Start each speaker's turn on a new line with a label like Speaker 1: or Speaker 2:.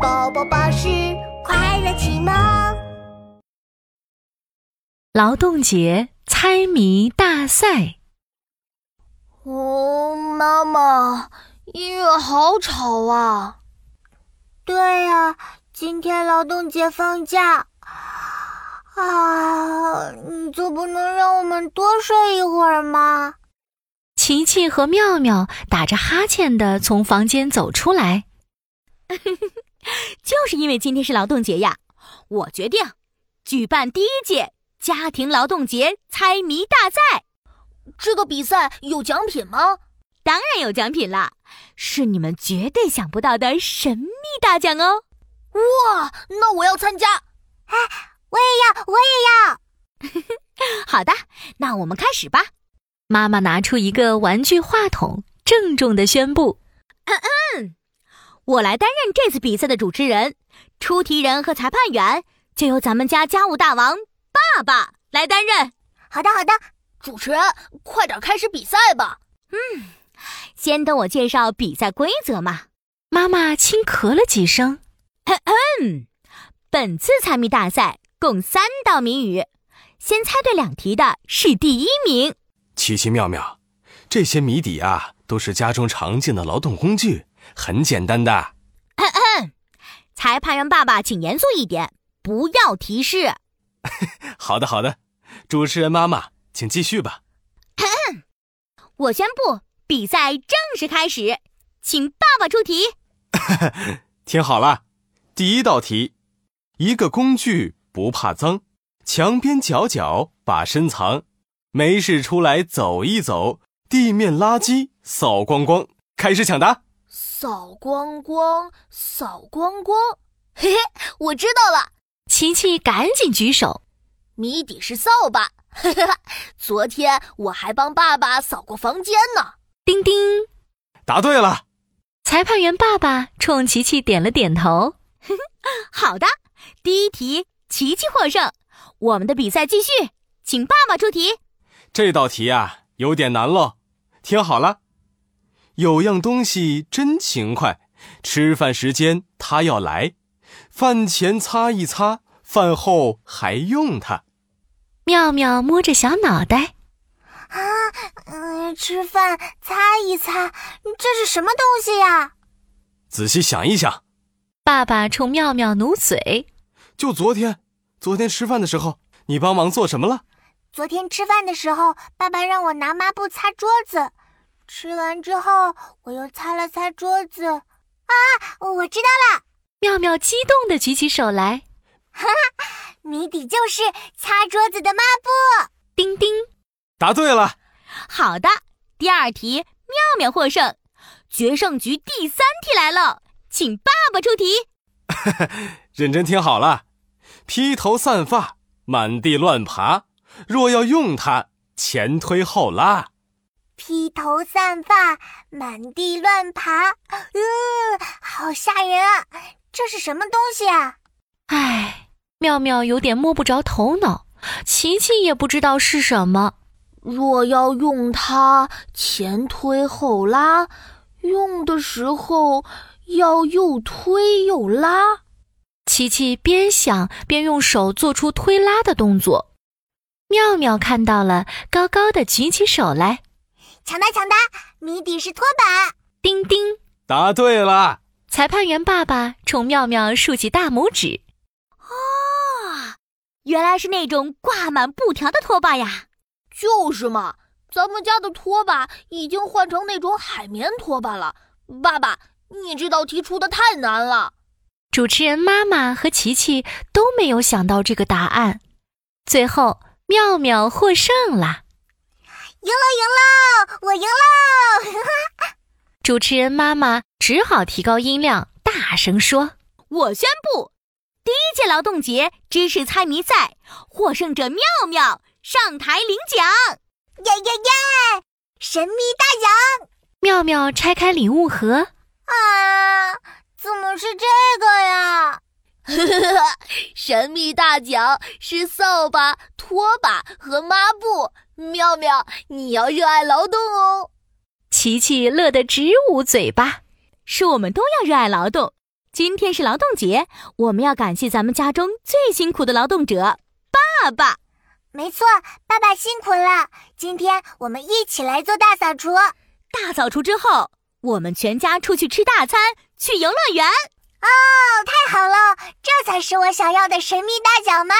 Speaker 1: 宝宝巴士快乐启蒙。
Speaker 2: 劳动节猜谜大赛，
Speaker 3: 哦，妈妈，音乐好吵啊！
Speaker 1: 对呀、今天劳动节放假啊，你就不能让我们多睡一会儿吗？
Speaker 2: 琪琪和妙妙打着哈欠的从房间走出来。
Speaker 4: 就是因为今天是劳动节呀，我决定举办第一届家庭劳动节猜谜大赛。
Speaker 3: 这个比赛有奖品吗？
Speaker 4: 当然哎有奖品啦，是你们绝对想不到的神秘大奖哦！
Speaker 3: 哇，那我要参加！
Speaker 1: 呀，啊我也
Speaker 4: 好的，那我们开始吧。
Speaker 2: 妈妈拿出一个玩具话筒，郑重的宣布：
Speaker 4: 我来担任这次比赛的主持人，出题人和裁判员就由咱们家家务大王爸爸来担任。
Speaker 1: 好的好的，
Speaker 3: 主持人，快点开始比赛吧！
Speaker 4: 先等我介绍比赛规则嘛。
Speaker 2: 妈妈轻咳了几声。
Speaker 4: 嗯，本次猜谜大赛共三道谜语，先猜对两题的是第一名。
Speaker 5: 奇奇妙妙，这些谜底啊，都是家中常见的劳动工具，很简单的。
Speaker 4: 裁判员爸爸，请严肃一点，不要提示。
Speaker 5: 好的，好的，主持人妈妈，请继续吧。
Speaker 4: 我宣布，比赛正式开始，请爸爸出题。
Speaker 5: 听好了，第一道题，一个工具不怕脏，墙边角角把身藏，没事出来走一走，地面垃圾扫光光。开始抢答。
Speaker 3: 扫光光，扫光光， 嘿嘿，我知道了，
Speaker 2: 琪琪赶紧举手，
Speaker 3: 谜底是扫把。 昨天我还帮爸爸扫过房间呢。
Speaker 2: 叮叮！
Speaker 5: 答对了，
Speaker 2: 裁判员爸爸冲琪琪点了点头。
Speaker 4: 好的，第一题，琪琪获胜。我们的比赛继续，请爸爸出题。
Speaker 5: 这道题啊有点难喽。听好了，有样东西真勤快，吃饭时间它要来，饭前擦一擦，饭后还用它。
Speaker 2: 妙妙摸着小脑袋，
Speaker 1: 嗯，吃饭擦一擦，嗯这是什么东西呀？
Speaker 5: 仔细想一想，
Speaker 2: 爸爸冲妙妙努嘴。
Speaker 5: 就昨天，昨天吃饭的时候，你帮忙做什么了？
Speaker 1: 昨天吃饭的时候，爸爸让我拿抹布擦桌子，吃完之后我又擦了擦桌子。啊，我知道
Speaker 2: 妙妙激动地举起手来，
Speaker 1: 了，谜底就是擦桌子的抹布。
Speaker 2: 叮叮！
Speaker 5: 答对了，
Speaker 4: 好的，第二题，妙妙获胜。决胜局第三题来了，请爸爸出题。
Speaker 5: 认真听好了，披头散发，满地乱爬，若要用它，前推后拉。
Speaker 1: 披头散发，满地乱爬，嗯，好吓人啊！这是什么东西啊？
Speaker 2: 唉，妙妙有点摸不着头脑，琪琪也不知道是什么。
Speaker 3: 若要用它前推后拉，用的时候要又推又拉。
Speaker 2: 琪琪边想边用手做出推拉的动作。妙妙看到了，高高的举起手来，
Speaker 1: 抢答抢答！谜底是拖把。
Speaker 2: 叮叮！
Speaker 5: 答对了，
Speaker 2: 裁判员爸爸冲妙妙竖起大拇指。
Speaker 4: 原来是那种挂满布条的拖把呀！
Speaker 3: 就是嘛，咱们家的拖把已经换成那种海绵拖把了。爸爸，你这道题出的太难了。
Speaker 2: 主持人妈妈和琪琪都没有想到这个答案。最后，妙妙获胜了。
Speaker 1: 赢了赢了，我赢了！
Speaker 2: 主持人妈妈只好提高音量，大声说
Speaker 4: 我宣布，第一届劳动节知识猜谜赛获胜者妙妙上台领奖。
Speaker 1: 耶耶耶！神秘大奖：“
Speaker 2: 妙妙拆开礼物盒，
Speaker 1: 啊，怎么是这个呀？
Speaker 3: 神秘大奖是扫把、拖把和抹布。妙妙，你要热爱劳动哦。
Speaker 2: 琪琪乐得直捂嘴巴。”
Speaker 4: 是我们都要热爱劳动，今天是劳动节，我们要感谢咱们家中最辛苦的劳动者——爸爸。
Speaker 1: 没错，爸爸辛苦了。今天我们一起来做大扫除。
Speaker 4: 大扫除之后，我们全家出去吃大餐，去游乐园。
Speaker 1: 哦，太好了，这才是我想要的神秘大脚嘛！